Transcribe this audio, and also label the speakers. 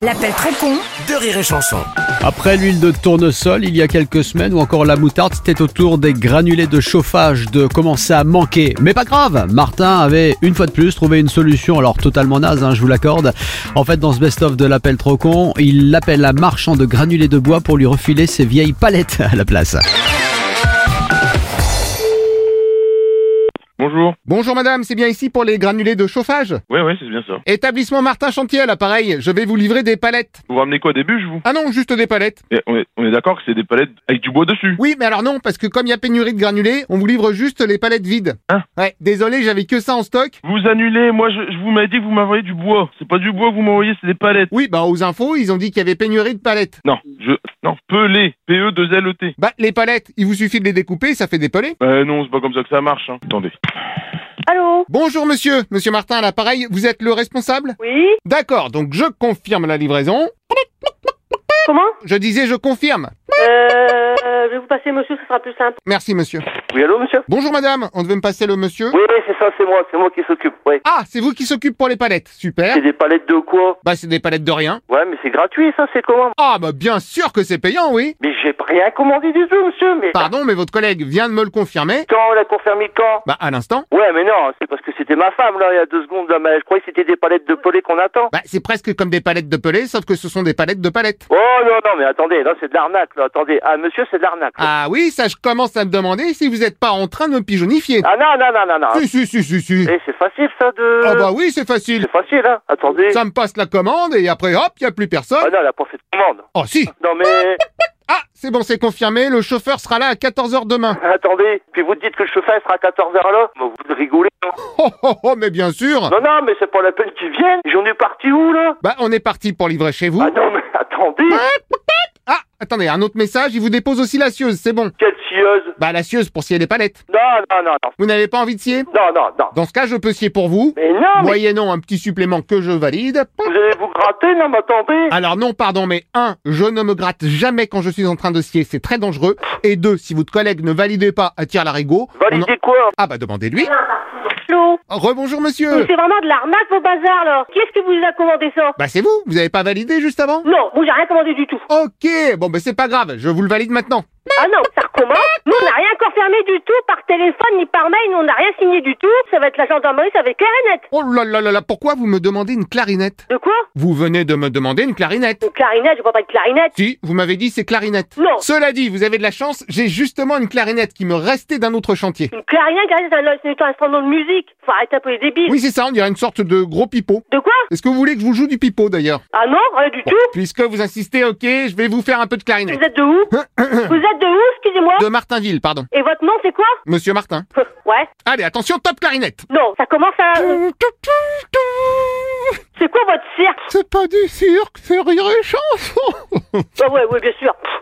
Speaker 1: L'appel très con
Speaker 2: De Rire et Chanson.
Speaker 3: Après l'huile de tournesol, il y a quelques semaines, ou encore la moutarde, c'était au tour des granulés de chauffage de commencer à manquer. Mais pas grave, Martin avait une fois de plus trouvé une solution, alors totalement naze, hein, je vous l'accorde. En fait, dans ce best-of de l'appel trop con, il appelle un marchand de granulés de bois pour lui refiler ses vieilles palettes à la place.
Speaker 4: Bonjour.
Speaker 5: Bonjour madame, c'est bien ici pour les granulés de chauffage
Speaker 4: Ouais, ouais, c'est bien ça.
Speaker 5: Établissement Martin Chantier à l'appareil, je vais vous livrer des palettes.
Speaker 4: Vous ramenez quoi des bûches, vous
Speaker 5: Ah non, juste des palettes.
Speaker 4: Eh, On est, on est d'accord que c'est des palettes avec du bois dessus.
Speaker 5: Oui, mais alors non, parce que comme il y a pénurie de granulés, on vous livre juste les palettes vides.
Speaker 4: Hein
Speaker 5: Ouais, désolé, j'avais que ça en stock.
Speaker 4: Vous annulez, moi je, je vous m'avais dit que vous m'envoyez du bois. C'est pas du bois que vous m'envoyez, c'est des palettes.
Speaker 5: Oui, bah aux infos, ils ont dit qu'il y avait pénurie de palettes.
Speaker 4: Non, je. Non, E pelé. P-E-2-L-E-T.
Speaker 5: Bah les palettes, il vous suffit de les découper, ça fait des pelés.
Speaker 4: Bah non, c'est pas comme ça que ça marche, hein. Attendez.
Speaker 6: Allô
Speaker 5: Bonjour monsieur, monsieur Martin à l'appareil, vous êtes le responsable
Speaker 6: Oui
Speaker 5: D'accord, donc je confirme la livraison.
Speaker 6: Comment
Speaker 5: Je disais je confirme.
Speaker 6: euh, Je vais vous passer monsieur, ce sera plus simple.
Speaker 5: Merci monsieur.
Speaker 7: Oui, allô, monsieur
Speaker 5: Bonjour madame, on devait me passer le monsieur.
Speaker 7: Oui, oui, c'est ça, c'est moi, c'est moi qui s'occupe, ouais.
Speaker 5: Ah, c'est vous qui s'occupe pour les palettes, super.
Speaker 7: C'est des palettes de quoi
Speaker 5: Bah c'est des palettes de rien.
Speaker 7: Ouais, mais c'est gratuit, ça, c'est comment
Speaker 5: Ah bah bien sûr que c'est payant, oui.
Speaker 7: Mais j'ai rien commandé du tout, monsieur, mais...
Speaker 5: Pardon, mais votre collègue vient de me le confirmer.
Speaker 7: Quand on l'a confirmé quand
Speaker 5: Bah à l'instant.
Speaker 7: Ouais, mais non, c'est parce que c'était ma femme, là, il y a deux secondes, là, mais je croyais que c'était des palettes de polé qu'on attend.
Speaker 5: Bah c'est presque comme des palettes de pelé, sauf que ce sont des palettes de palettes.
Speaker 7: Oh, non, non, mais attendez, là, c'est de l'arnaque, là, attendez. Ah, monsieur, c'est de l'arnaque. là.
Speaker 5: Ah oui, ça je commence à me demander si vous êtes pas en train de me pigeonifier.
Speaker 7: Ah, euh, non, non, non, non, non.
Speaker 5: Si, si, si, si, si.
Speaker 7: Eh, c'est facile, ça, de...
Speaker 5: Ah bah oui, c'est facile.
Speaker 7: C'est facile, hein, attendez.
Speaker 5: Ça me passe la commande et après hop, y a plus
Speaker 7: Ah
Speaker 5: personne.
Speaker 7: non, elle a pas fait de commande.
Speaker 5: Oh si.
Speaker 7: Non, mais...
Speaker 5: Ah, c'est bon, c'est confirmé, le chauffeur sera là à 14h demain.
Speaker 7: attendez, puis vous dites que le chauffeur sera à 14h là Mais Bah, vous hein. rigolez, non
Speaker 5: Oh oh oh, mais bien sûr.
Speaker 7: Non, non, mais c'est pas la peine qu'ils viennent. J'en ai parti où, là
Speaker 5: Bah on est parti pour livrer chez vous.
Speaker 7: Ah non, mais attendez
Speaker 5: Ah, attendez, un autre message, il vous dépose aussi la scieuse, c'est bon.
Speaker 7: Quelle scieuse
Speaker 5: Bah la scieuse pour scier les palettes.
Speaker 7: Non, non, non, non.
Speaker 5: Vous n'avez pas envie de scier
Speaker 7: Non, non, non.
Speaker 5: Dans ce cas, je peux scier pour vous.
Speaker 7: Mais non, mais
Speaker 5: Moyennant un petit supplément que je valide.
Speaker 7: vous allez vous gratter, non, mais attendez
Speaker 5: Alors non, pardon, mais un, Je ne me gratte jamais quand je suis en train de scier, c'est très dangereux. Et deux, Si votre collègue ne validez pas euh, à tir l'arigot... on en-
Speaker 7: Validez quoi
Speaker 5: Ah bah demandez-lui.
Speaker 6: Allô
Speaker 5: Rebonjour
Speaker 6: Mais
Speaker 5: monsieur
Speaker 6: C'est vraiment de l'arnaque, vos bazars, là Qu'est-ce que vous a commandé ça
Speaker 5: Bah c'est vous, vous avez pas validé juste avant
Speaker 6: Non, moi, j'ai rien commandé du tout.
Speaker 5: Ok, bon bah c'est pas grave, je vous le valide maintenant.
Speaker 6: Ah non, ça recommence Nous, on n'a rien confirmé du tout, par téléphone, ni par mail, nous, on n'a rien signé du tout. Ça va être la gendarmerie, ça va être clair et net.
Speaker 5: Oh là là là là, pourquoi vous me demandez une clarinette
Speaker 6: De quoi
Speaker 5: Vous venez de me demander une clarinette.
Speaker 6: Une clarinette, je pas de clarinette.
Speaker 5: Si, vous m'avez dit c'est clarinette.
Speaker 6: Non.
Speaker 5: Cela dit, vous avez de la chance, j'ai justement une clarinette qui me restait d'un autre chantier.
Speaker 6: Une clarinette, clarinette, c'est un- c'est un instrument de musique. Faut arrêter un peu les débiles.
Speaker 5: Oui, c'est ça, on dirait une sorte de gros pipeau.
Speaker 6: De quoi
Speaker 5: Est-ce que vous voulez que je vous joue du pipeau d'ailleurs
Speaker 6: Ah non, rien du
Speaker 1: Oh,
Speaker 5: Bon,
Speaker 6: tout.
Speaker 5: puisque vous insistez, ok, je vais vous faire un peu de clarinette.
Speaker 6: Vous êtes de où Vous êtes de où, excusez-moi
Speaker 5: De Martinville, pardon.
Speaker 6: Et votre nom, c'est quoi
Speaker 5: Monsieur Martin.
Speaker 6: Ouais.
Speaker 5: Allez, attention, top clarinette Euh,
Speaker 6: Non, ça commence à... C'est quoi votre cirque
Speaker 5: C'est pas du cirque, c'est rire et chanson
Speaker 6: Ouais, ouais, ouais, bien sûr. Pff,